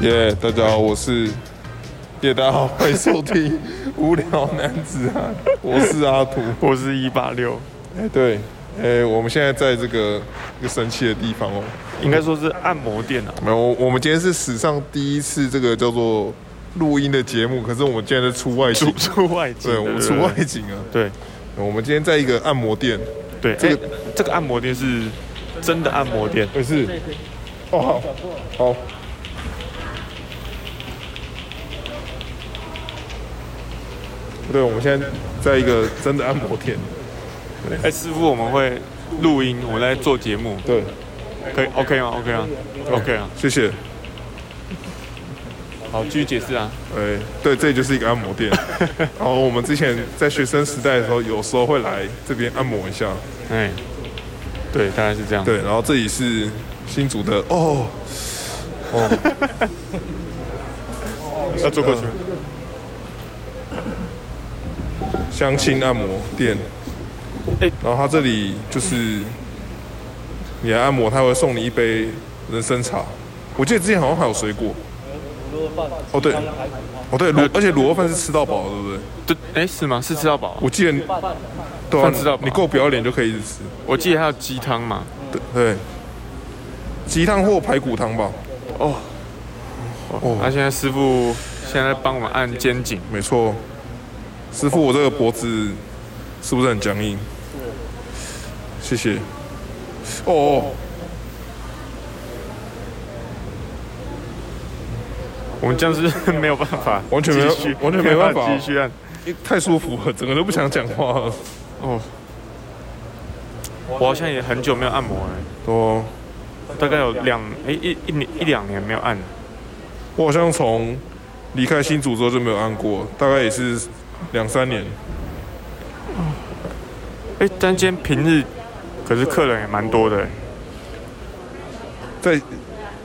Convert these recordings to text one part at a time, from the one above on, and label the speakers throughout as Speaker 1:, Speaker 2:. Speaker 1: 耶、大家好，我是耶大家好，欢迎收 听《无聊男子》啊，我是阿图。
Speaker 2: 我是一八六，
Speaker 1: 哎对，哎、我们现在在这个一个神奇的地方哦。
Speaker 2: 应该说是按摩店啊。
Speaker 1: 没有，我我们今天是史上第一次这个叫做录音的节目，可是我们竟然在出外景
Speaker 2: 出，出外景
Speaker 1: 嗯对，
Speaker 2: 的，
Speaker 1: 我们
Speaker 2: 对
Speaker 1: 出外景啊。
Speaker 2: 对
Speaker 1: 我们今天在一个按摩店，
Speaker 2: 对，
Speaker 1: 这个
Speaker 2: 这个这个按摩店是真的按摩店，
Speaker 1: 不是，哦，好，好。对，我们现在在一个真的按摩店。
Speaker 2: 哎，师傅我们会录音，我们在做节目，
Speaker 1: 对，
Speaker 2: 可以 OK 吗？OK 啊，OK 啊，
Speaker 1: 谢谢。
Speaker 2: 好，继续解释啊。
Speaker 1: 哎，对，这就是一个按摩店。然后我们之前在学生时代的时候，有时候会来这边按摩一下。
Speaker 2: 哎，对，大概是这样。
Speaker 1: 对，然后这里是新竹的哦，
Speaker 2: 要坐过去吗，嗯
Speaker 1: 相亲按摩店。
Speaker 2: 哎
Speaker 1: 然后他这里就是你来按摩，他会送你一杯人参茶。我记得之前好像还有水果。哦对，哦对，卤而且卤肉饭是吃到饱的，对不对？
Speaker 2: 对，哎，是吗？是吃到饱啊，
Speaker 1: 我记得，对啊，
Speaker 2: 饭吃到饱
Speaker 1: 你够不要脸就可以一直吃。
Speaker 2: 我记得还有鸡汤嘛。
Speaker 1: 对对，鸡汤或排骨汤吧，
Speaker 2: 那啊现在师傅现在在帮我们按肩颈，
Speaker 1: 没错。师傅，我这个脖子是不是很僵硬？谢谢。哦哦，
Speaker 2: 我们这样是 没有办法，
Speaker 1: 完全没有
Speaker 2: 继续
Speaker 1: 完全没办法哦
Speaker 2: 继续按。
Speaker 1: 太舒服了，整个都不想讲话了。
Speaker 2: 哦，我好像也很久没有按摩了。
Speaker 1: 哦，
Speaker 2: 大概有两诶、一一年一两年没有按了，
Speaker 1: 我好像从离开新竹之后就没有按过，大概也是两三年。
Speaker 2: 诶、但今天平日可是客人也蛮多的、诶
Speaker 1: 在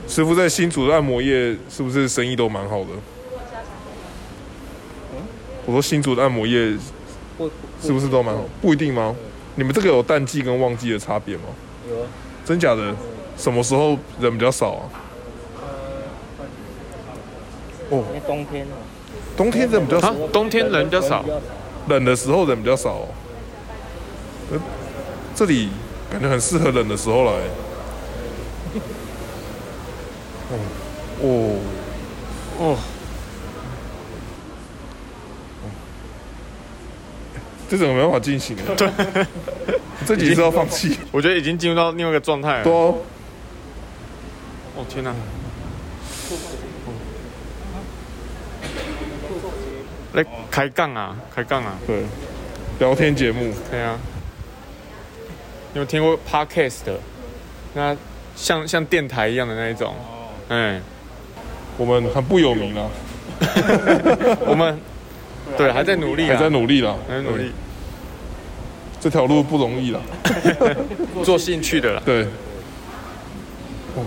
Speaker 1: 师傅在新竹的按摩业是不是生意都蛮好的？我说新竹的按摩业是不是都蛮好？不一定吗？你们这个有淡季跟旺季的差别吗？
Speaker 3: 有啊，
Speaker 1: 真假的？什么时候人比较少啊？
Speaker 3: 因为冬天啊
Speaker 1: 冬天人比较少
Speaker 2: 啊，，冬天人比较少
Speaker 3: 比，较少，
Speaker 1: 冷的时候人比较少、哦。呃这里感觉很适合冷的时候来。哦
Speaker 2: 哦，
Speaker 1: 这种没办法 进行了。对，这几次要放弃。啊
Speaker 2: 我觉得已经进入到另外一个状态了。
Speaker 1: 多
Speaker 2: 哦天哪、哦来开杠啊，开杠啊，
Speaker 1: 对，聊天节目
Speaker 2: 对啊。你有听过 podcast 的？那像像电台一样的那一种，哎、
Speaker 1: 我们很不有名啊，
Speaker 2: 我们对还在努力啊，
Speaker 1: 还在努力啦，
Speaker 2: 还在努力
Speaker 1: 对，这条路不容易啦。
Speaker 2: 做兴趣的啦。
Speaker 1: 对，哦，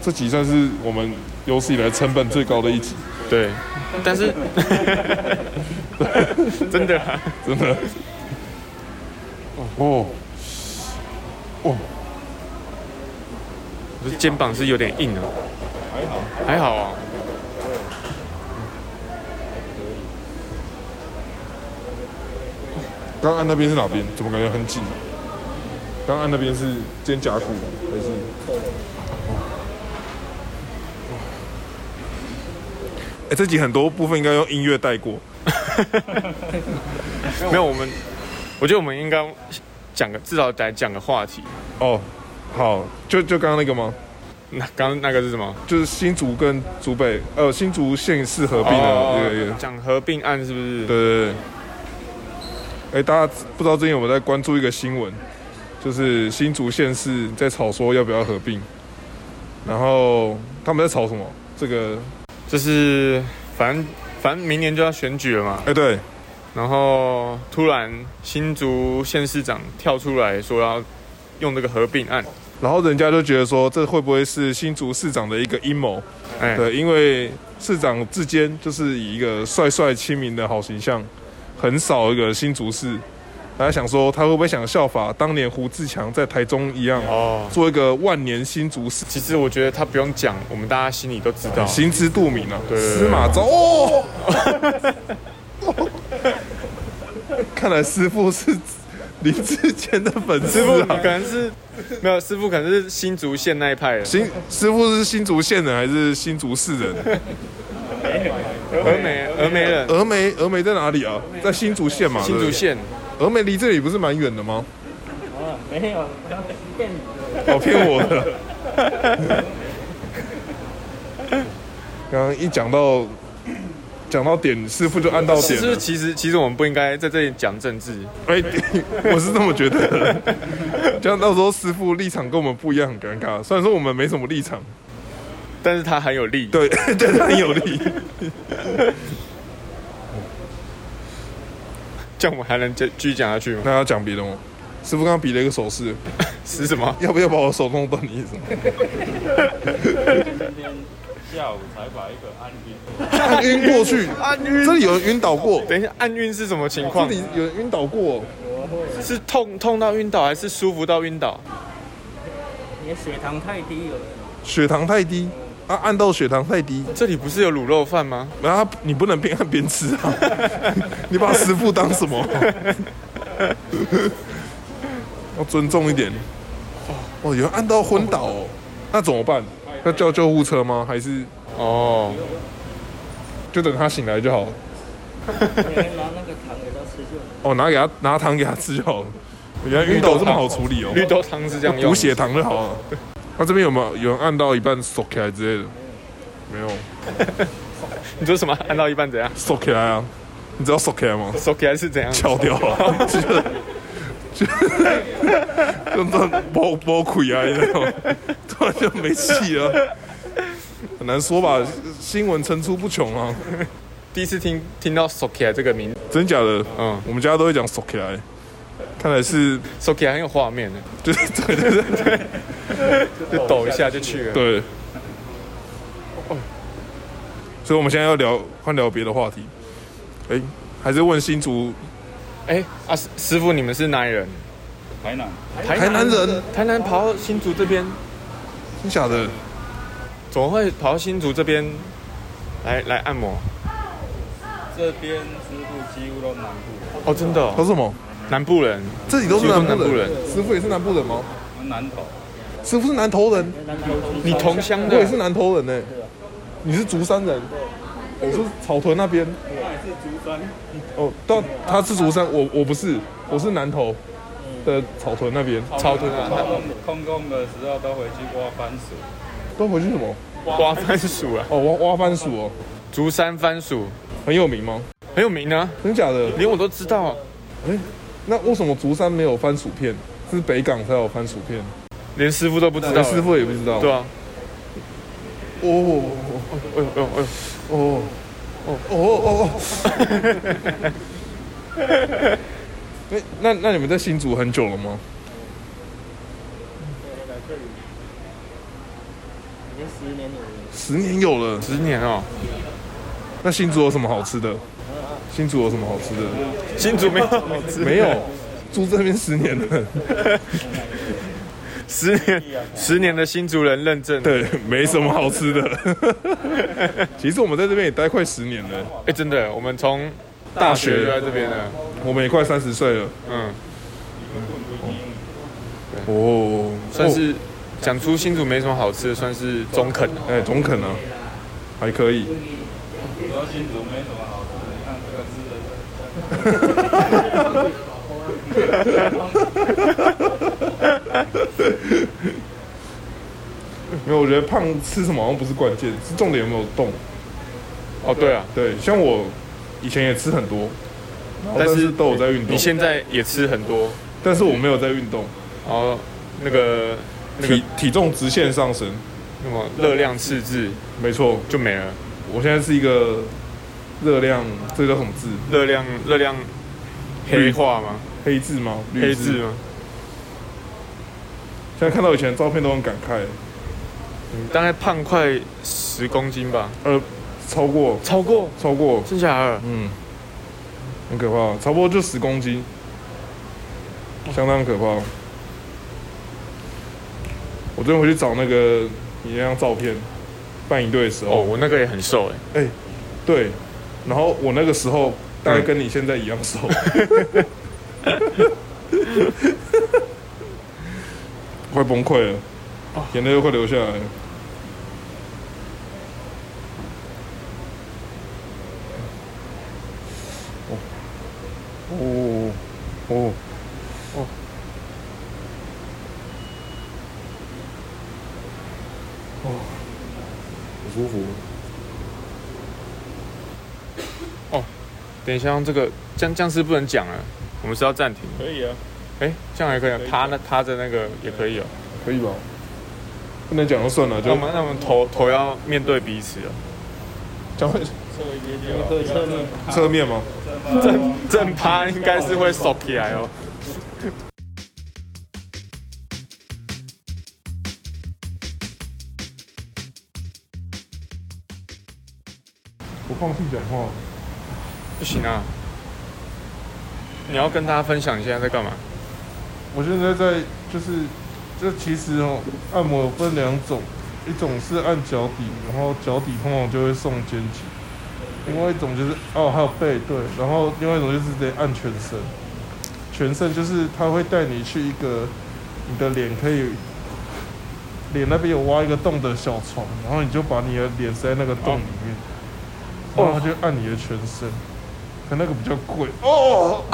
Speaker 1: 这集算是我们有史以来成本最高的一集，
Speaker 2: 对，但 是真的、啊，
Speaker 1: 真的。哦，
Speaker 2: 我的肩膀是有点硬啊。还好，还好啊。
Speaker 1: 刚按那边是哪边？怎么感觉很紧？刚按那边是肩胛骨还是？哦哎、这集很多部分应该用音乐带过。
Speaker 2: 没有我们，我觉得我们应该讲个至少得讲个话题。
Speaker 1: 哦，好，就就刚刚那个吗？
Speaker 2: 那刚刚那个是什么？
Speaker 1: 就是新竹跟竹北，呃，新竹县市合并了，对对对
Speaker 2: 哦讲合并案是不是？
Speaker 1: 对对。哎、大家不知道最近有没有在关注一个新闻，就是新竹县市在吵说要不要合并，然后他们在吵什么？这个，
Speaker 2: 就是反正反正明年就要选举了嘛
Speaker 1: 哎、，对，
Speaker 2: 然后突然新竹县市长跳出来说要用这个合并案，
Speaker 1: 然后人家就觉得说这会不会是新竹市长的一个阴谋？
Speaker 2: 哎，
Speaker 1: 对，因为市长之间就是以一个帅帅亲民的好形象，横扫一个新竹市。还在想说他会不会想效法当年胡志强在台中一样，
Speaker 2: 哦，
Speaker 1: 做一个万年新竹市，
Speaker 2: 其实我觉得他不用讲，我们大家心里都知道。
Speaker 1: 行之度明啊。
Speaker 2: 对
Speaker 1: 司马昭哦，看来师傅是林志坚的粉丝
Speaker 2: 师傅
Speaker 1: 啊
Speaker 2: 可。能是没有，师傅可能是新竹县那一派的，
Speaker 1: 新师傅是新竹县人还是新竹市人？
Speaker 2: 峨眉峨眉人，
Speaker 1: 峨眉峨眉在哪里啊？在新竹县嘛。
Speaker 2: 新
Speaker 1: 对
Speaker 2: 竹
Speaker 1: 不对。
Speaker 2: 县。
Speaker 1: 峨眉离这里不是蛮远的吗？
Speaker 3: 啊，没有，骗你的。
Speaker 1: 哦，骗我的。 刚刚一讲到讲到点，师傅就按到
Speaker 2: 是
Speaker 1: 点
Speaker 2: 不是
Speaker 1: 了。
Speaker 2: 其实其实我们不应该在这里讲政治？
Speaker 1: 哎、 我是这么觉得 的。这样到时候师傅立场跟我们不一样，很尴尬。虽然说我们没什么立场，
Speaker 2: 但是他很有力。
Speaker 1: 对， 对他很有利。
Speaker 2: 这样我们还能继继续讲 下去吗？
Speaker 1: 那要讲别的吗？师傅刚刚比了一个手势，
Speaker 2: 是什么？
Speaker 1: 要不要把我手弄断？你意思吗？
Speaker 4: 今天下午才把一个案例
Speaker 1: 看晕过去，
Speaker 2: 暗晕
Speaker 1: 这里有人晕倒过，
Speaker 2: 等一下，暗晕是什么情
Speaker 1: 这
Speaker 2: 况？
Speaker 1: 里有人晕倒过，
Speaker 2: 是痛痛到晕倒，还是舒服到晕倒？
Speaker 3: 你的血糖太低了，
Speaker 1: 血糖太低，啊，按到血糖太低，
Speaker 2: 这里不是有卤肉饭吗？
Speaker 1: 然后他你不能边按边吃 啊，你把师傅当什么？要尊重一点。哦，有人按到昏倒、哦，那怎么办？要叫救护车吗？还是
Speaker 2: 哦，
Speaker 1: 就等他醒来就好了？
Speaker 3: 你还拿那个糖给他吃就好。
Speaker 1: 哦，拿给他拿糖给他吃就好了。原来晕倒这么好处理哦，
Speaker 2: 绿豆汤是这样用的。
Speaker 1: 补血糖就好了。那、这边有没有有人按到一半缩起来之类的？没有。
Speaker 2: 你说什么？按到一半怎样？
Speaker 1: 收起来啊！你知道收起来吗？
Speaker 2: 手起来是怎样？
Speaker 1: 翘掉啊！就是就是真的崩崩溃啊！你知道吗？突然就没气了，很难说吧？新闻层出不穷啊！
Speaker 2: 第一次听听到手起来这个名，
Speaker 1: 真假的？
Speaker 2: 嗯，
Speaker 1: 我们家都会讲收起来，看来是
Speaker 2: 手起来很有画面的，
Speaker 1: 就是对对对对
Speaker 2: 就抖一下就去了。
Speaker 1: 对。所以我们现在要聊换聊别的话题。哎、还是问新竹
Speaker 2: 哎啊，师师傅，你们是哪里人？
Speaker 4: 台南
Speaker 1: 台南人，
Speaker 2: 台南跑到新竹这边，
Speaker 1: 真假的？
Speaker 2: 怎么会跑到新竹这边来来按摩？
Speaker 4: 这边师傅几乎都南部，
Speaker 2: 哦，真的、
Speaker 1: 他
Speaker 2: 哦，
Speaker 1: 是什么？
Speaker 2: 南部人，
Speaker 1: 这里都是南
Speaker 2: 几乎都
Speaker 1: 部
Speaker 2: 南部
Speaker 1: 人
Speaker 2: 人，
Speaker 1: 师傅也是南部人吗？
Speaker 4: 南投
Speaker 1: 师傅是南投人，
Speaker 2: 你同乡
Speaker 1: 我
Speaker 2: 的
Speaker 1: 也，是南投人呢、你是竹山人，我是草屯那边。哦，但他是竹山，我我不是，我是南投的草屯那边。
Speaker 2: 超嗯屯啊，
Speaker 4: 空空的时候都回去挖番薯，
Speaker 1: 都回去什么？
Speaker 2: 挖番薯啊，
Speaker 1: 哦，挖挖番薯哦，
Speaker 2: 竹山番薯
Speaker 1: 很有名吗？
Speaker 2: 很有名啊，
Speaker 1: 真假的？
Speaker 2: 连我都知道啊，
Speaker 1: 那为什么竹山没有番薯片？是北港才有番薯片，
Speaker 2: 连师傅都不知道。
Speaker 1: 连师，傅也不知道。
Speaker 2: 对啊，
Speaker 1: 哦
Speaker 2: 哎呦哎呦哎呦，
Speaker 1: 哦哦哦哦哦。 那那那你们在新竹很久了吗？
Speaker 3: 已经十年有了。
Speaker 1: 十年有了。
Speaker 2: 十年哦，
Speaker 1: 那新竹有什么好吃的？新竹有什么好吃的？
Speaker 2: 新 竹没有好吃，
Speaker 1: 没有，住这边十年 了，
Speaker 2: 十年十年的新竹人认证，
Speaker 1: 对，没什么好吃的。 其实我们在这边也待快十年了，
Speaker 2: 哎，真的，我们从
Speaker 1: 大
Speaker 2: 大学
Speaker 1: 学
Speaker 2: 就在这边了，
Speaker 1: 我们也快三十岁了。嗯
Speaker 2: 嗯，
Speaker 1: 哦，
Speaker 2: 算是讲出新竹没什么好吃的，算是中肯哦。
Speaker 1: 哎，中肯啊，还可以。
Speaker 4: 主要新竹没什么好吃的，你看这个吃的。
Speaker 1: 没有，我觉得胖吃什么好像不是关键，是重点有没有动。
Speaker 2: 哦，对啊，
Speaker 1: 对，像我以前也吃很多，哦但
Speaker 2: 但
Speaker 1: 是
Speaker 2: 是
Speaker 1: 都有在运动
Speaker 2: 你，现在也吃很多，
Speaker 1: 但是我没有在运动，
Speaker 2: 然后那个那个
Speaker 1: 体体重直线上升。
Speaker 2: 什么热量赤字
Speaker 1: 没错，
Speaker 2: 就没了，
Speaker 1: 我现在是一个热量，这个叫什么字？
Speaker 2: 热量热量黑化吗？
Speaker 1: 黑字吗？绿
Speaker 2: 黑字吗？
Speaker 1: 现在看到以前的照片都很感慨，
Speaker 2: 你嗯大概胖快十公斤吧，
Speaker 1: 呃，超过
Speaker 2: 超过
Speaker 1: 超过，
Speaker 2: 剩下二，
Speaker 1: 嗯，很可怕，差不多就十公斤。相当可怕。我昨天回去找那个你那张照片，办一队的时
Speaker 2: 哦，
Speaker 1: 候，
Speaker 2: 我那个也很瘦哎、
Speaker 1: 哎、对，然后我那个时候大概跟你现在一样瘦， 快崩溃了，眼泪都快流下来了。哦哦哦哦！哦，好舒服。
Speaker 2: 等一下，这个这样这样是不能讲了，我们是要暂停。
Speaker 4: 可以啊，
Speaker 2: 哎、这样也可以啊
Speaker 4: 可以，
Speaker 2: 趴那趴着那个也可以哦、
Speaker 1: 可以吧？不能讲就算了，
Speaker 2: 那
Speaker 1: 就
Speaker 2: 我们那我们头头要面对彼此啊，
Speaker 1: 讲会
Speaker 4: 侧一点点吧，
Speaker 3: 对侧面
Speaker 1: 侧面吗？
Speaker 2: 正正趴应该是会缩起来哦、
Speaker 1: 我放屁讲话，
Speaker 2: 不行啊，你要跟大家分享一下在干嘛？
Speaker 1: 我现在在就是，这其实哦，按摩有分两种，一种是按脚底，然后脚底通常就会送肩颈，另外一种就是哦还有背对，然后另外一种就是得按全身，全身就是它会带你去一个你的脸可以。脸那边有挖一个洞的小床，然后你就把你的脸塞在那个洞里面，
Speaker 2: 哦
Speaker 1: 然后它就按你的全身，可那个比较贵哦。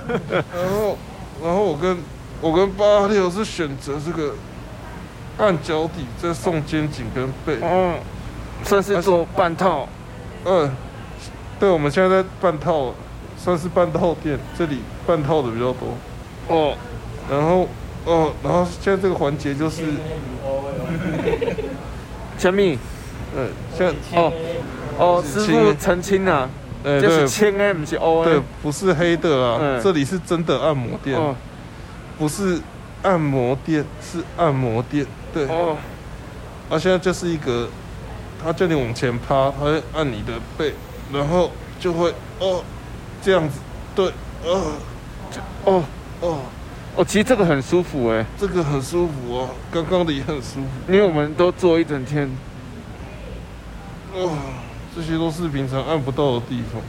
Speaker 1: 然后，然后我跟我跟八六是选择这个按脚底，再送肩颈跟背。
Speaker 2: 嗯，算是做半套。
Speaker 1: 嗯，对，我们现在在半套，算是半套店，这里半套的比较多。
Speaker 2: 哦，
Speaker 1: 然后，哦，然后现在这个环节 就是，
Speaker 2: 陈敏，
Speaker 1: 呃，现在，
Speaker 2: 哦哦，
Speaker 1: 是
Speaker 2: 师
Speaker 1: 亲
Speaker 2: 傅澄清啊，
Speaker 1: 呃，
Speaker 2: 这是
Speaker 1: 对，
Speaker 2: 千 M 是 O
Speaker 1: 对
Speaker 2: M。，
Speaker 1: 不是黑的啦，
Speaker 2: 嗯
Speaker 1: 这里是真的按摩店，
Speaker 2: 哦
Speaker 1: 不是按摩店，是按摩店，对。
Speaker 2: 哦，
Speaker 1: 啊，现在就是一个，他叫你往前趴，他会按你的背，然后就会哦这样子，对，哦
Speaker 2: 哦
Speaker 1: 哦，
Speaker 2: 哦，其实这个很舒服哎，
Speaker 1: 这个很舒服哦，刚刚的也很舒服
Speaker 2: 因为我们都做一整天。
Speaker 1: 哦，这些都是平常按不到的地方。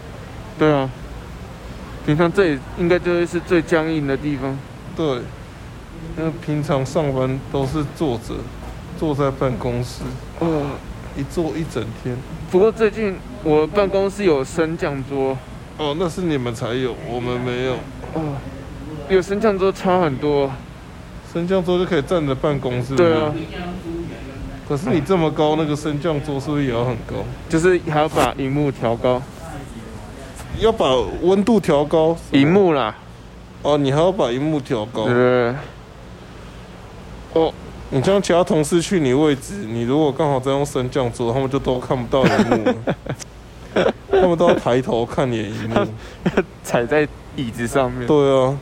Speaker 2: 对啊，平常这里应该就会是最僵硬的地方。
Speaker 1: 对，因为平常上班都是坐着，坐在办公室，
Speaker 2: 哦，
Speaker 1: 一坐一整天。
Speaker 2: 不过最近我办公室有升降桌，
Speaker 1: 哦，那是你们才有，我们没有。
Speaker 2: 哦，有升降桌差很多。
Speaker 1: 升降桌就可以站着办公室。
Speaker 2: 对啊，
Speaker 1: 可是你这么高，那个升降桌是不是也要很高？
Speaker 2: 就是还要把荧幕调高，
Speaker 1: 要把温度调高，
Speaker 2: 荧幕啦，
Speaker 1: 哦，你还要把荧幕调高。
Speaker 2: 呃，哦，
Speaker 1: 你像其他同事去你位置，你如果刚好在用升降桌，他们就都看不到荧幕了，他们都要抬头看你的荧 幕。
Speaker 2: 踩在椅子上面，
Speaker 1: 对啊，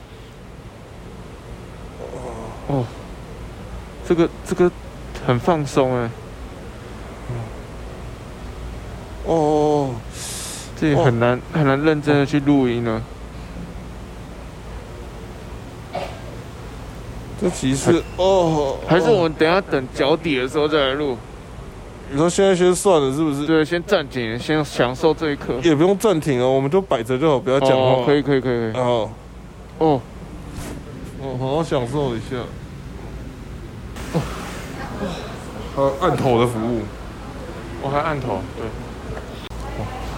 Speaker 2: 这个这个很放松哎，
Speaker 1: 哦哦，哦
Speaker 2: 这也很难很难认真的去录音啊了。
Speaker 1: 这其实哦，
Speaker 2: 还是
Speaker 1: 哦
Speaker 2: 我们等一下等脚底的时候再来录？
Speaker 1: 你说现在先算了是不是？
Speaker 2: 对，先暂停，先享受这一刻。
Speaker 1: 也不用暂停哦，我们就摆着就好，不要讲话。
Speaker 2: 哦，可以可以可以可以。
Speaker 1: 哦，
Speaker 2: 哦，
Speaker 1: 嗯我好好享受一下。哦，还有按头的服务。
Speaker 2: 我还按头，对，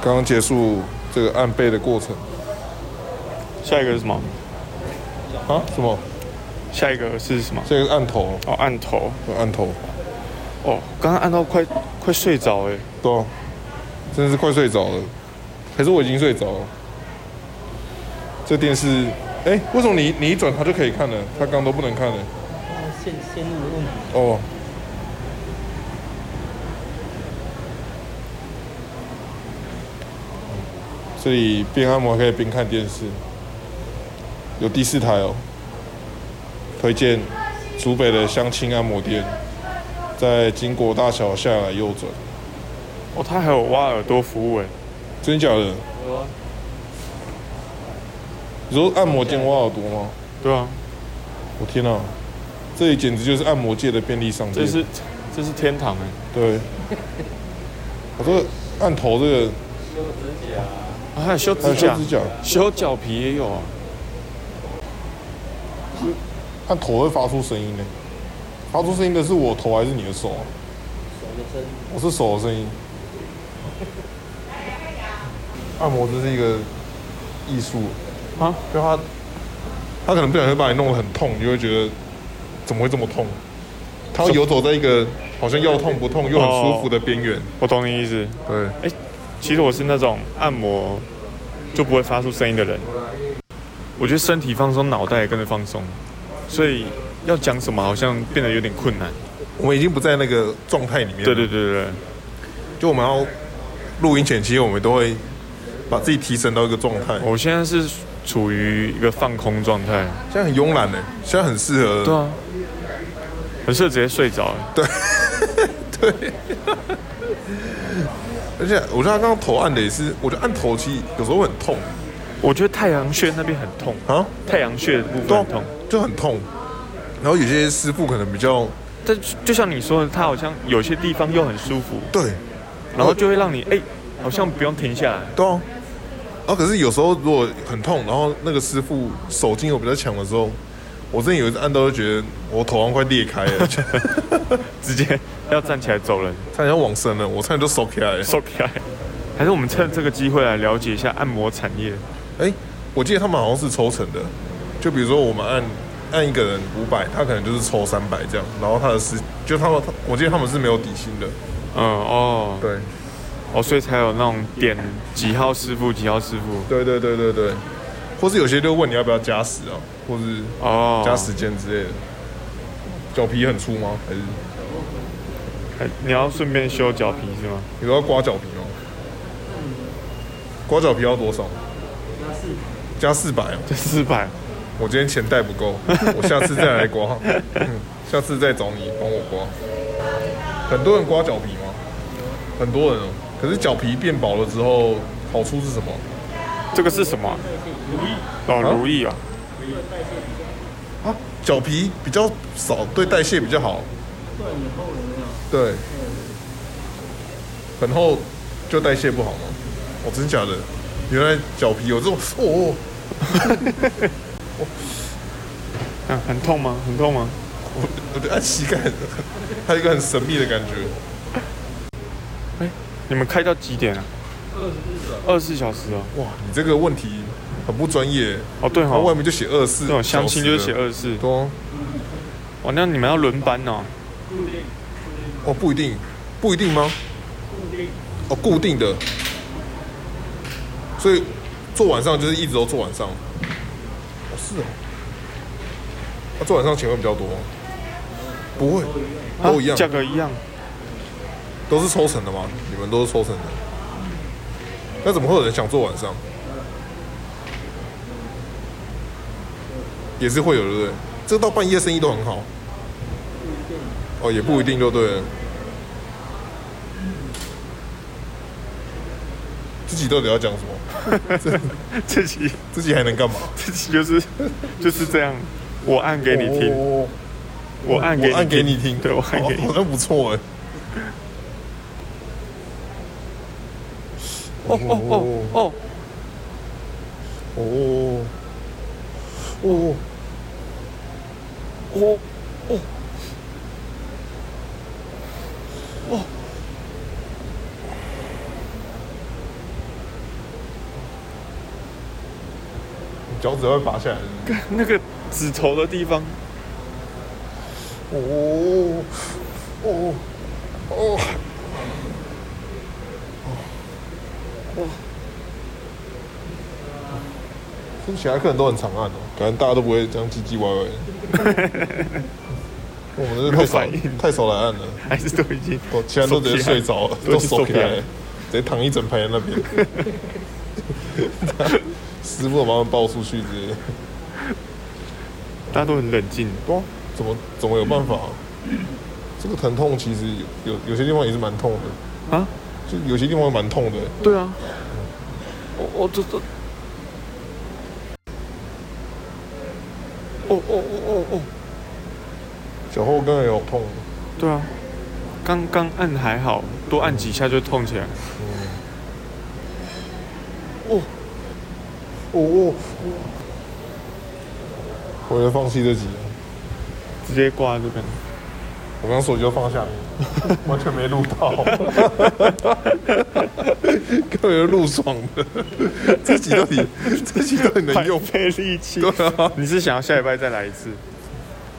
Speaker 1: 刚刚结束这个按背的过程
Speaker 2: 下一个是什么？
Speaker 1: 啊？什么？
Speaker 2: 下一个是什么？
Speaker 1: 这个按头，
Speaker 2: 哦，按头。
Speaker 1: 按头，
Speaker 2: 哦，刚刚按到快快睡着哎。
Speaker 1: 对啊、真的是快睡着了，还是我已经睡着了？这电视，哎、为什么你你一转它就可以看了？它刚刚都不能看了。
Speaker 3: 线线路的问题，
Speaker 1: 哦。这里边按摩还可以边看电视，有第四台哦。推荐竹北的相亲按摩店，在金国大桥下来右转。
Speaker 2: 哦，他还有挖耳朵服务哎。
Speaker 1: 真假的？
Speaker 2: 啊
Speaker 1: 你说按摩店挖耳朵吗？
Speaker 2: 对啊，
Speaker 1: 我天啊，这里简直就是按摩界的便利商店。
Speaker 2: 这是这是天堂哎、
Speaker 1: 对，我说按头这个，
Speaker 2: 啊，还有修
Speaker 1: 还有
Speaker 2: 指
Speaker 1: 修
Speaker 2: 甲
Speaker 1: 指、甲，
Speaker 2: 修脚皮也有啊。
Speaker 1: 按头会发出声音呢。发出声音的是我头还是你的手啊？我是手的声音。 按摩这是一个艺术
Speaker 2: 啊，
Speaker 1: 对他，他可能不小心把你弄得很痛，你就会觉得怎么会这么痛？他会游走在一个好像要痛不痛又很舒服的边缘。
Speaker 2: 我懂你意思。
Speaker 1: 对，
Speaker 2: 其实我是那种按摩就不会发出声音的人。我觉得身体放松，脑袋也跟着放松，所以要讲什么好像变得有点困难。
Speaker 1: 我们已经不在那个状态里面。
Speaker 2: 对对，对对对，
Speaker 1: 就我们要录音前，其实我们都会把自己提升到一个状态。
Speaker 2: 我现在是处于一个放空状态。
Speaker 1: 现在很慵懒呢，现在很适合。
Speaker 2: 对啊，很适合直接睡着。
Speaker 1: 而且我觉得他刚刚头按的也是，我觉得按头其实有时候会很痛
Speaker 2: 我觉得太阳穴那边很痛，
Speaker 1: 啊，
Speaker 2: 太阳穴的部
Speaker 1: 对
Speaker 2: 分
Speaker 1: 啊
Speaker 2: 很痛。
Speaker 1: 就很痛。然后有些师傅可能比较
Speaker 2: 但就像你说的，它好像有些地方又很舒服，
Speaker 1: 对，
Speaker 2: 然后就会让你哎、好像不用停下来。
Speaker 1: 对啊。然后可是有时候如果很痛，然后那个师傅手劲又比较强的时候，我之前有一次按到就觉得我头好像快裂开了， 就
Speaker 2: 直接要站起来走人，
Speaker 1: 差点要往生了，我差点就收起来了。
Speaker 2: 收起来。还是我们趁这个机会来了解一下按摩产业。
Speaker 1: 哎，我记得他们好像是抽成的，就比如说我们按按一个人五百，他可能就是抽三百这样，然后他的师就他们，我记得他们是没有底薪的，
Speaker 2: 嗯哦
Speaker 1: 对，
Speaker 2: 哦，所以才有那种点几号师傅几号师傅
Speaker 1: 对对对对对，或是有些就问你要不要加时啊，或是
Speaker 2: 哦，
Speaker 1: 加时间之类的。脚皮很粗吗？还是
Speaker 2: 哎你要顺便修脚皮是吗？
Speaker 1: 你都要刮脚皮吗？刮脚皮要多少？嗯加四百哦。
Speaker 2: 这四百
Speaker 1: 我今天钱带不够， 我下次再来刮，嗯下次再找你帮我刮。很多人刮脚皮吗？很多人哦。可是脚皮变薄了之后，好处是什么？
Speaker 2: 这个是什么啊？
Speaker 1: 啊
Speaker 2: 哦，如意啊，
Speaker 1: 啊，脚皮比较少，对代谢比较好。对，很厚就代谢不好吗？哦，真假的？原来脚皮有这种哦，
Speaker 2: 嗯，很痛吗？很痛吗？
Speaker 1: 哦我我觉得按膝盖 很，它有一个很神秘的感觉。
Speaker 2: 你们开到几点啊？二十四小时哦。
Speaker 1: 哇，你这个问题很不专业。
Speaker 2: 哦，对
Speaker 1: 然后外
Speaker 2: 哦，
Speaker 1: 面就写二四，
Speaker 2: 那种相亲就是写二十四。
Speaker 1: 多哦
Speaker 2: 哦，那你们要轮班哦。
Speaker 1: 哦，不一定，不一定吗？固定哦，固定的，所以做晚上就是一直都做晚上。哦，是哦，那、做晚上钱会比较多吗，不会，
Speaker 2: 啊
Speaker 1: 都一样，
Speaker 2: 价格一样。
Speaker 1: 都是抽成的吗？你们都是抽成的，那怎么会有人想做晚上？也是会有的，对不对？这到半夜生意都很好。哦，也不一定就对了。自己到底要讲什么？
Speaker 2: 自己
Speaker 1: 自己还能干嘛？
Speaker 2: 自己就是 就是这样，我按给你听，
Speaker 1: 哦
Speaker 2: 我按给
Speaker 1: 我按给你
Speaker 2: 听
Speaker 1: 听，
Speaker 2: 对我按给
Speaker 1: 哦
Speaker 2: 你
Speaker 1: 好像不错哎。哦哦哦
Speaker 2: 哦，
Speaker 1: 哦，哦，哦，哦，哦，脚趾会拔下来是不是。
Speaker 2: 那个指头的地方，
Speaker 1: 哦，哦，哦，哦，听起来客人都很常按哦，感觉大家都不会这样唧唧歪 歪的。我们这太少
Speaker 2: 没有反应
Speaker 1: 太少来按了，
Speaker 2: 还是都已经
Speaker 1: 我其他人都直接睡着了，都
Speaker 2: 手
Speaker 1: 手
Speaker 2: 起
Speaker 1: 起
Speaker 2: 来
Speaker 1: 来了，直接躺一整排在那边。 师傅把我们抱出去，直接。
Speaker 2: 大家都很冷静。
Speaker 1: 哇，怎么怎么有办法、这个疼痛其实有有有些地方也是蛮痛的，
Speaker 2: 啊，
Speaker 1: 就有些地方蛮痛的。
Speaker 2: 对啊，我我这这，哦哦哦哦哦，
Speaker 1: 脚后跟也有痛，
Speaker 2: 对啊，刚刚按还好，多按几下就痛起来。
Speaker 1: 哦哦，我就放弃这集了，
Speaker 2: 直接挂在这边。
Speaker 1: 我刚手机就放下了， 完全没录到，根本就录爽 的，这集到底这集到底能用？
Speaker 2: 费力 气。
Speaker 1: 对啊，
Speaker 2: 你是想要下礼拜再来一次？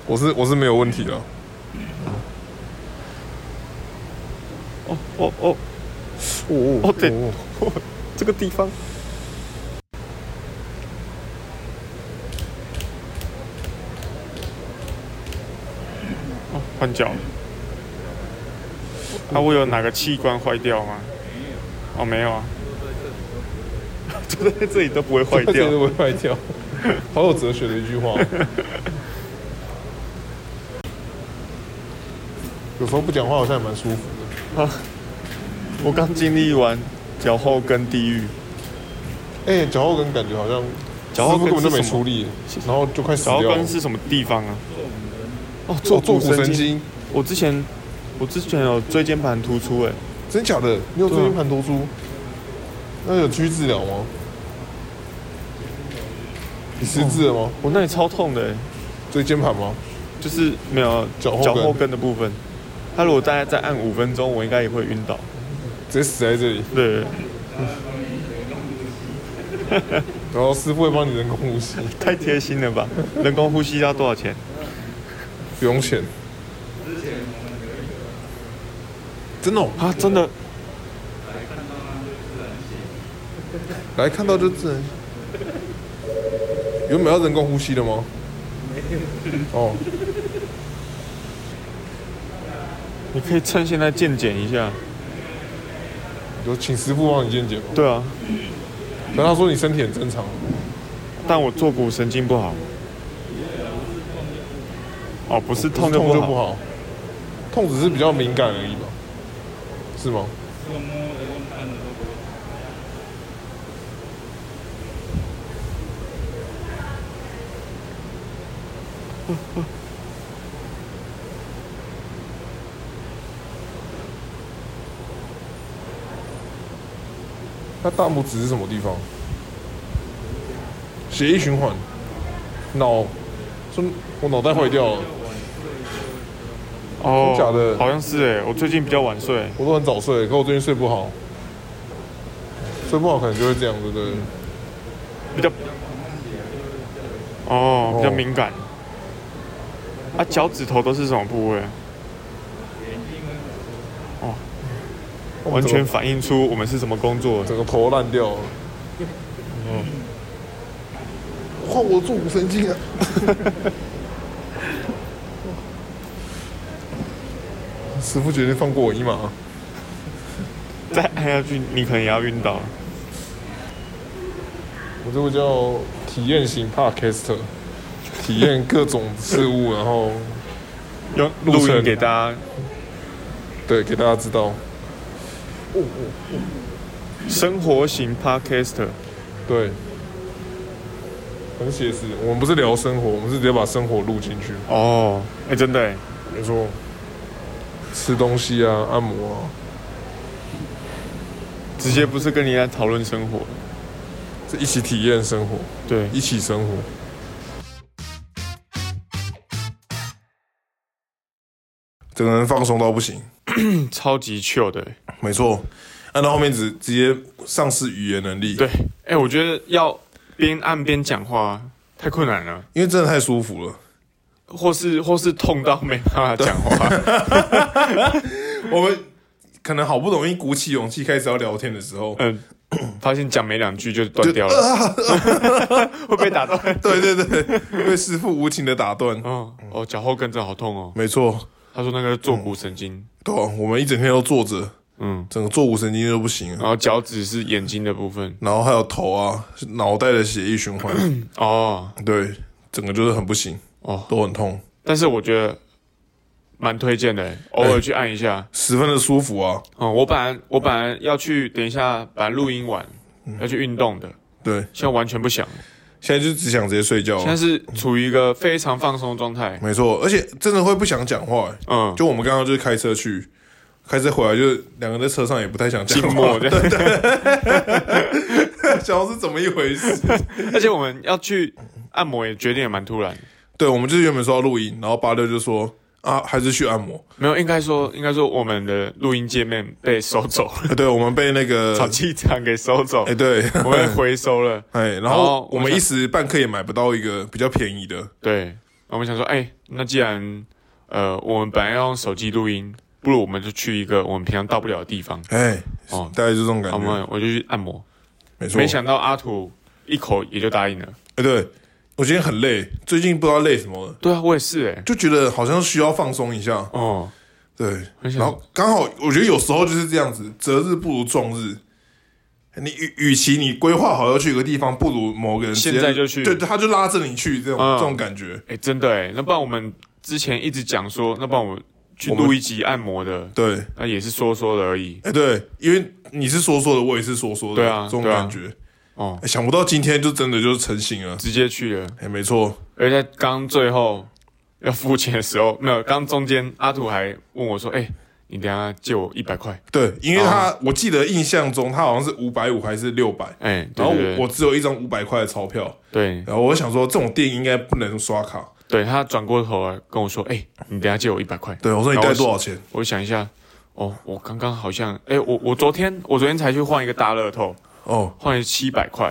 Speaker 1: 我是我是没有问题的，
Speaker 2: 哦哦哦，
Speaker 1: 哦
Speaker 2: 哦对这个地方。哦，换脚了。啊，我有哪个器官坏掉吗？哦，没有啊。 坐在这里都不会坏
Speaker 1: 它
Speaker 2: 掉
Speaker 1: 真。的会坏 掉，好有哲学的一句话。有时候不讲话好像也蛮舒服的。
Speaker 2: 我刚经历完脚后跟地狱，
Speaker 1: 哎、脚后跟感觉好像
Speaker 2: 脚后
Speaker 1: 师傅
Speaker 2: 跟
Speaker 1: 根本就没
Speaker 2: 是什
Speaker 1: 出
Speaker 2: 么
Speaker 1: 力，然后就快死
Speaker 2: 脚后
Speaker 1: 掉了
Speaker 2: 跟。是什么地方啊？哦，
Speaker 1: 哦
Speaker 2: 坐
Speaker 1: 坐
Speaker 2: 骨
Speaker 1: 骨神
Speaker 2: 神经。
Speaker 1: 经，
Speaker 2: 我之前我之前有椎间盘突出、欸，哎，
Speaker 1: 真假的？你有椎
Speaker 2: 对啊
Speaker 1: 间盘突出？那有去治疗吗？你失智了吗？
Speaker 2: 我那里超痛的、欸，
Speaker 1: 椎间盘吗？
Speaker 2: 就是没有
Speaker 1: 脚后跟
Speaker 2: 脚后跟的部分。他如果大概再按五分钟，我应该也会晕倒。
Speaker 1: 直接死在这里，
Speaker 2: 对，
Speaker 1: 然后师傅会帮你人工呼吸，
Speaker 2: 太贴心了吧？人工呼吸要多少钱？
Speaker 1: 不用钱。真的、哦，
Speaker 2: 啊，真的
Speaker 1: 来看到就自然。原本要人工呼吸的吗？哦，
Speaker 2: 你可以趁现在健检一下。
Speaker 1: 有请师傅帮你健检吗？
Speaker 2: 对啊，
Speaker 1: 然后他说你身体很正常，
Speaker 2: 但我坐骨神经不好。哦，不是痛
Speaker 1: 就
Speaker 2: 就
Speaker 1: 痛
Speaker 2: 不
Speaker 1: 就
Speaker 2: 好
Speaker 1: 不。好，痛只是比较敏感而已吧？是吗？他大拇指是什么地方？血液循环，脑，说我脑袋坏掉了，
Speaker 2: 哦，
Speaker 1: 真假的
Speaker 2: 好像是哎、我最近比较晚睡，
Speaker 1: 我都很早睡，可我最近睡不好，睡不好可能就会这样，对不对？
Speaker 2: 比较哦，比较敏感。啊，脚趾头都是什么部位啊？
Speaker 1: 我们
Speaker 2: 完全
Speaker 1: 整
Speaker 2: 反映出我们是什么工作
Speaker 1: 个
Speaker 2: 的。
Speaker 1: 整 个头烂掉了。嗯，换我坐骨神经啊！师傅决定放过我一马，
Speaker 2: 再按下去，你可能也要晕倒。
Speaker 1: 我这个叫体验型 podcaster，体验各种事物，然后
Speaker 2: 用
Speaker 1: 录
Speaker 2: 录
Speaker 1: 成
Speaker 2: 音给大家
Speaker 1: 对给大家知道，
Speaker 2: 生活型 podcaster，
Speaker 1: 对，很写实。我们不是聊生活，我们是直接把生活录进去。
Speaker 2: 哦，哎、真的、欸，
Speaker 1: 没错，吃东西啊，按摩啊，
Speaker 2: 直接不是跟你在讨论生活，
Speaker 1: 这一起体验生活，
Speaker 2: 对，
Speaker 1: 一起生活。整个人放松到不行，
Speaker 2: 超级 chill 的欸、
Speaker 1: 没错。按到后面直直接丧失语言能力，
Speaker 2: 对，，哎、我觉得要边按边讲话太困难了，
Speaker 1: 因为真的太舒服了。
Speaker 2: 或是或是痛到没办法讲 话，
Speaker 1: 我们可能好不容易鼓起勇气开始要聊天的时候，
Speaker 2: 嗯，发现讲没两句就断掉了， 会被打断。
Speaker 1: 对对 对，被师傅无情的打断。
Speaker 2: 哦哦，脚后跟真的好痛哦。
Speaker 1: 没错，
Speaker 2: 他说那个是坐骨神经，
Speaker 1: 对啊、我们一整天都坐着，
Speaker 2: 嗯，
Speaker 1: 整个坐骨神经都不行了
Speaker 2: 然。后脚趾是眼睛的部分。
Speaker 1: 然后还有头啊、脑袋的血液循环，
Speaker 2: 哦
Speaker 1: 对，整个就是很不行，
Speaker 2: 哦，
Speaker 1: 都很痛，
Speaker 2: 但是我觉得蛮推荐的欸，偶尔去按一下。
Speaker 1: 十分的舒服啊。
Speaker 2: 嗯，我本来我本嗯来要去，等一下把录音完要去运动的，
Speaker 1: 对，
Speaker 2: 现在完全不想。
Speaker 1: 现在就只想直接睡觉
Speaker 2: 现在
Speaker 1: 了。
Speaker 2: 是处于一个非常放松的状态。
Speaker 1: 没错，而且真的会不想讲话、欸
Speaker 2: 嗯，
Speaker 1: 就我们刚刚就是开车去，开车回来就两个人在车上也不太想讲
Speaker 2: 静
Speaker 1: 话
Speaker 2: 默，这样。
Speaker 1: 想要是怎么一回事？
Speaker 2: 而且我们要去按摩，也决定也蛮突然。
Speaker 1: 对，我们就是原本说要录音，然后八六就说啊，还是去按摩。
Speaker 2: 没有，应该说，应该说我们的录音界面被收走了，
Speaker 1: 呃对，我们被那 个
Speaker 2: 草气场给收走
Speaker 1: 哎、，对，
Speaker 2: 我们回收了。
Speaker 1: 哎，然后
Speaker 2: 后
Speaker 1: 我们
Speaker 2: 我
Speaker 1: 一
Speaker 2: 想
Speaker 1: 时半刻也买不到一个比较便宜的，
Speaker 2: 对，我们想说，哎、那既然呃，我们本来要用手机录音，不如我们就去一个我们平常到不了的地方。
Speaker 1: 哎，
Speaker 2: 哦
Speaker 1: 大概就这种感
Speaker 2: 好我
Speaker 1: 觉，
Speaker 2: 们我就去按摩，
Speaker 1: 没错。
Speaker 2: 没想到阿土一口也就答应了。
Speaker 1: 哎，对我今天很累，最近不知道累什么了，
Speaker 2: 对啊，我也是哎、
Speaker 1: 就觉得好像需要放松一下，
Speaker 2: 哦，
Speaker 1: 对。
Speaker 2: 很
Speaker 1: 然
Speaker 2: 想
Speaker 1: 后刚好我觉得有时候就是这样子，择日不如撞日。你与与其你规划好要去一个地方，不如某个人直接
Speaker 2: 现在就去
Speaker 1: 对，他就拉着你去这种、
Speaker 2: 嗯
Speaker 1: 这种感觉，
Speaker 2: 哎、真的哎、那不然我们之前一直讲说，那不然我们去
Speaker 1: 我们
Speaker 2: 录一集按摩的，
Speaker 1: 对。
Speaker 2: 那也是说说的而已。
Speaker 1: 哎、对，因为你是说说的，我也是说说的，
Speaker 2: 对啊
Speaker 1: 这种
Speaker 2: 对啊
Speaker 1: 感觉、
Speaker 2: 哦，
Speaker 1: 哎想不到今天就真的就是成型了。
Speaker 2: 直接去了，
Speaker 1: 哎、没错，
Speaker 2: 而且在刚最后要付钱的时候，没有，刚中间阿土还问我说，哎、你等一下借我一百块。
Speaker 1: 对，因为他、
Speaker 2: 哦
Speaker 1: 我记得印象中他好像是五百五还是六百，
Speaker 2: 哎、对
Speaker 1: 然后
Speaker 2: 对
Speaker 1: 我
Speaker 2: 对
Speaker 1: 我只有一张五百块的钞票，
Speaker 2: 对
Speaker 1: 然后我想说这种店应该不能刷卡，
Speaker 2: 对，他转过头来跟我说：“哎、你等一下借我一百块。
Speaker 1: 对我说你
Speaker 2: 然后
Speaker 1: 带
Speaker 2: 我
Speaker 1: 多少钱？”
Speaker 2: 我想一下，哦，我刚刚好像，哎、我我昨天我昨天才去换一个大乐透，
Speaker 1: 哦，
Speaker 2: 换七百块，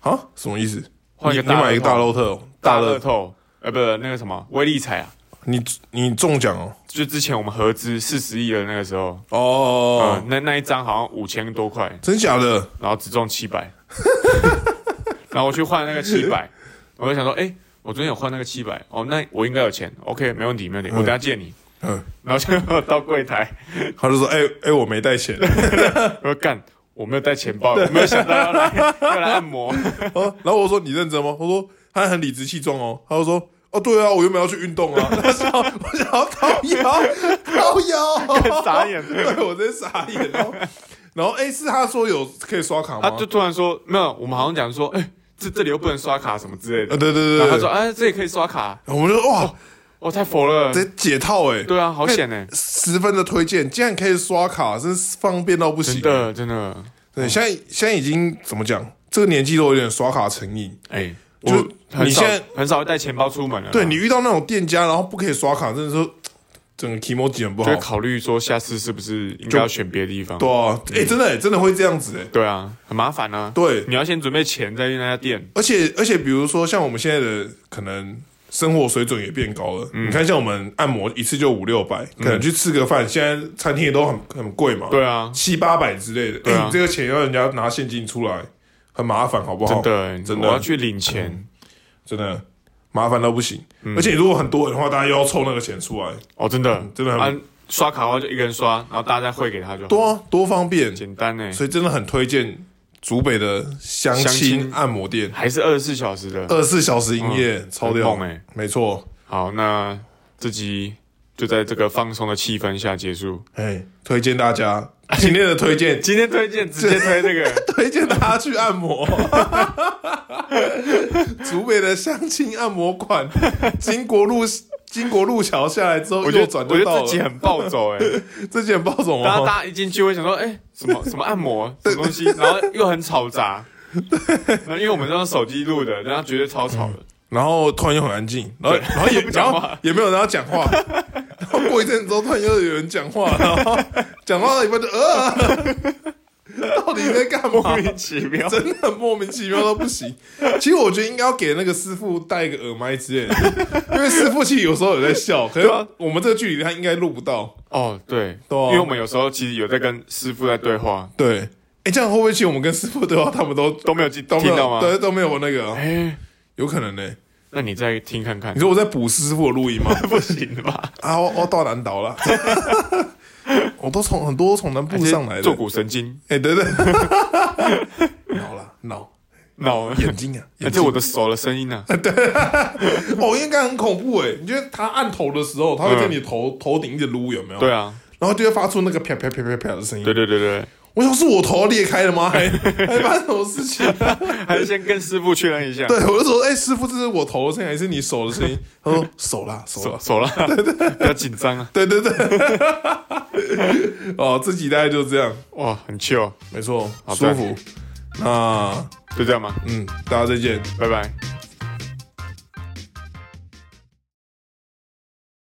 Speaker 1: 啊，什么意思？
Speaker 2: 换
Speaker 1: 你
Speaker 2: 一
Speaker 1: 你
Speaker 2: 个大乐透
Speaker 1: 买一个大乐透哦，
Speaker 2: 大
Speaker 1: 乐
Speaker 2: 乐，透，呃，不是那个什么威力彩啊，
Speaker 1: 你你中奖哦，
Speaker 2: 就之前我们合资四十亿的那个时候，
Speaker 1: 哦哦，
Speaker 2: 呃
Speaker 1: 哦，
Speaker 2: 那那一张好像五千多块，
Speaker 1: 真假的？
Speaker 2: 然后只中七百， 然后我去换那个七百，我就想说，哎、我昨天有换那个七百，哦，那我应该有钱，OK，没问题，没问题，我等一下借你，
Speaker 1: 嗯，
Speaker 2: 然后就到柜台。
Speaker 1: 他就说，哎、哎、我没带钱，
Speaker 2: 我说干，我没有带钱包，我没有想到要来 要来按摩。
Speaker 1: 啊，然后我说你认真吗？他说他很理直气壮哦，他就说哦对啊，我原本要去运动啊， 我想我想要靠腰靠 腰，
Speaker 2: 傻眼
Speaker 1: 对我真傻眼。然后然后哎、是他说有可以刷卡吗？
Speaker 2: 他就突然说，没有，我们好像讲说，哎、这这里又不能刷卡什么之类
Speaker 1: 啊
Speaker 2: 的。
Speaker 1: 对对对对，
Speaker 2: 然后他说，哎、这里可以刷卡，
Speaker 1: 我们就说哇，
Speaker 2: 我、太佛了。
Speaker 1: 这解套哎、
Speaker 2: 对啊，好险哎、
Speaker 1: 十分的推荐，竟然可以刷卡，真是方便到不行
Speaker 2: 真。的真的，
Speaker 1: 对，现在现在已经怎么讲，这个年纪都有点刷卡成瘾。
Speaker 2: 哎、
Speaker 1: 就
Speaker 2: 我很
Speaker 1: 你
Speaker 2: 少
Speaker 1: 现在
Speaker 2: 很少会带钱包出门了。
Speaker 1: 对你遇到那种店家，然后不可以刷卡，真的是整个 e m o j 很不
Speaker 2: 就会
Speaker 1: 好。
Speaker 2: 考虑说，下次是不是应该要选别的地方？
Speaker 1: 对啊，哎、真的、欸、真的会这样子哎、
Speaker 2: 对啊，很麻烦啊。
Speaker 1: 对，
Speaker 2: 嗯你要先准备钱再去那家店。
Speaker 1: 而且而且，比如说像我们现在的可能生活水准也变高了。
Speaker 2: 嗯
Speaker 1: 你看，像我们按摩一次就五六百，可能去吃个饭，现在餐厅也都很很贵嘛，
Speaker 2: 对啊，
Speaker 1: 七八百之类的。
Speaker 2: 对啊
Speaker 1: 哎你这个钱要人家拿现金出来，很麻烦，好不好？
Speaker 2: 真的、欸、
Speaker 1: 哦真的
Speaker 2: 我要去领钱。
Speaker 1: 真的麻烦到不行。
Speaker 2: 嗯
Speaker 1: 而且如果很多人的话，大家又要凑那个钱出来，
Speaker 2: 哦，真的
Speaker 1: 真的很
Speaker 2: 啊，刷卡的话就一个人刷，然后大家再汇给他就好。
Speaker 1: 多啊多方便。
Speaker 2: 简单欸呢、
Speaker 1: 所以真的很推荐竹北的相
Speaker 2: 相
Speaker 1: 亲
Speaker 2: 亲
Speaker 1: 按摩店，
Speaker 2: 还是二十四小时的。
Speaker 1: 二十四小时营业，超屌
Speaker 2: 很猛欸
Speaker 1: 没错，
Speaker 2: 好，那这集就在这个放松的气氛下结束。
Speaker 1: 哎、推荐大家今天的推荐，
Speaker 2: 今天推荐直接推这个，
Speaker 1: 推荐大家去按摩。 竹北的相亲按摩馆，金国路金国路桥下来之后
Speaker 2: 我
Speaker 1: 右
Speaker 2: 觉
Speaker 1: 转
Speaker 2: 得
Speaker 1: 就
Speaker 2: 我
Speaker 1: 到
Speaker 2: 觉得
Speaker 1: 了。
Speaker 2: 自己很暴走哎、
Speaker 1: 这件包总
Speaker 2: 大家
Speaker 1: 哦，
Speaker 2: 大家一进去会想说，哎、什么什么按摩，什么东西，然后又很吵杂。然后因为我们都用手机录的，然后觉得超吵的。
Speaker 1: 然后突然又很安静，然后然后也
Speaker 2: 不
Speaker 1: 然
Speaker 2: 讲
Speaker 1: 后
Speaker 2: 话
Speaker 1: 也没有人要讲 话，然后过一阵子之后突然又有人讲话，然 后讲话到一半就呃， 到底在干
Speaker 2: 莫
Speaker 1: 嘛？
Speaker 2: 名其妙，
Speaker 1: 真的很莫名其妙到不行。其实我觉得应该要给那个师傅戴一个耳麦之类 的，因为师傅其实有时候有在笑，可是
Speaker 2: 啊
Speaker 1: 我们这个距离他应该录不到。
Speaker 2: 哦，对，
Speaker 1: 对啊
Speaker 2: 因为我们有时候其实有在跟师傅在对话，
Speaker 1: 对，哎，这样会不会其实我们跟师傅对话，他们都
Speaker 2: 都没有听
Speaker 1: 都没
Speaker 2: 听到
Speaker 1: 有
Speaker 2: 吗？
Speaker 1: 对都没有那个啊，
Speaker 2: 哎、
Speaker 1: 有可能呢？
Speaker 2: 那你再听看看
Speaker 1: 你，说我在补师傅的录音吗？
Speaker 2: 不行吧？
Speaker 1: 啊，我我到南岛了， 我都从很多从南部上来的，
Speaker 2: 坐骨神经，
Speaker 1: 哎、对 对，脑了脑
Speaker 2: 脑，
Speaker 1: 眼睛啊，
Speaker 2: 而
Speaker 1: 眼
Speaker 2: 且
Speaker 1: 睛，哎
Speaker 2: 我的手的声音呢、啊？
Speaker 1: 哦，应该很恐怖哎、你觉得他按头的时候，他会在你头、头顶一直撸有没有？
Speaker 2: 嗯对，啊，
Speaker 1: 然后就会发出那个啪啪啪啪啪的声音，
Speaker 2: 对对对对，
Speaker 1: 我想是我头裂开了吗？ 还还发生什么事情？啊
Speaker 2: 还是先跟师傅确认一下。
Speaker 1: 对，我就说，哎、师傅，这是我头的声音还是你手的声音？他说手啦，手啦
Speaker 2: 手，手了，不要紧张啊！
Speaker 1: 对对 对，哦，这集大概就是这样，
Speaker 2: 哇，很 chill，
Speaker 1: 没错，
Speaker 2: 好
Speaker 1: 舒
Speaker 2: 的
Speaker 1: 服。那
Speaker 2: 就这样吧，
Speaker 1: 嗯，大家再见。
Speaker 2: 拜拜。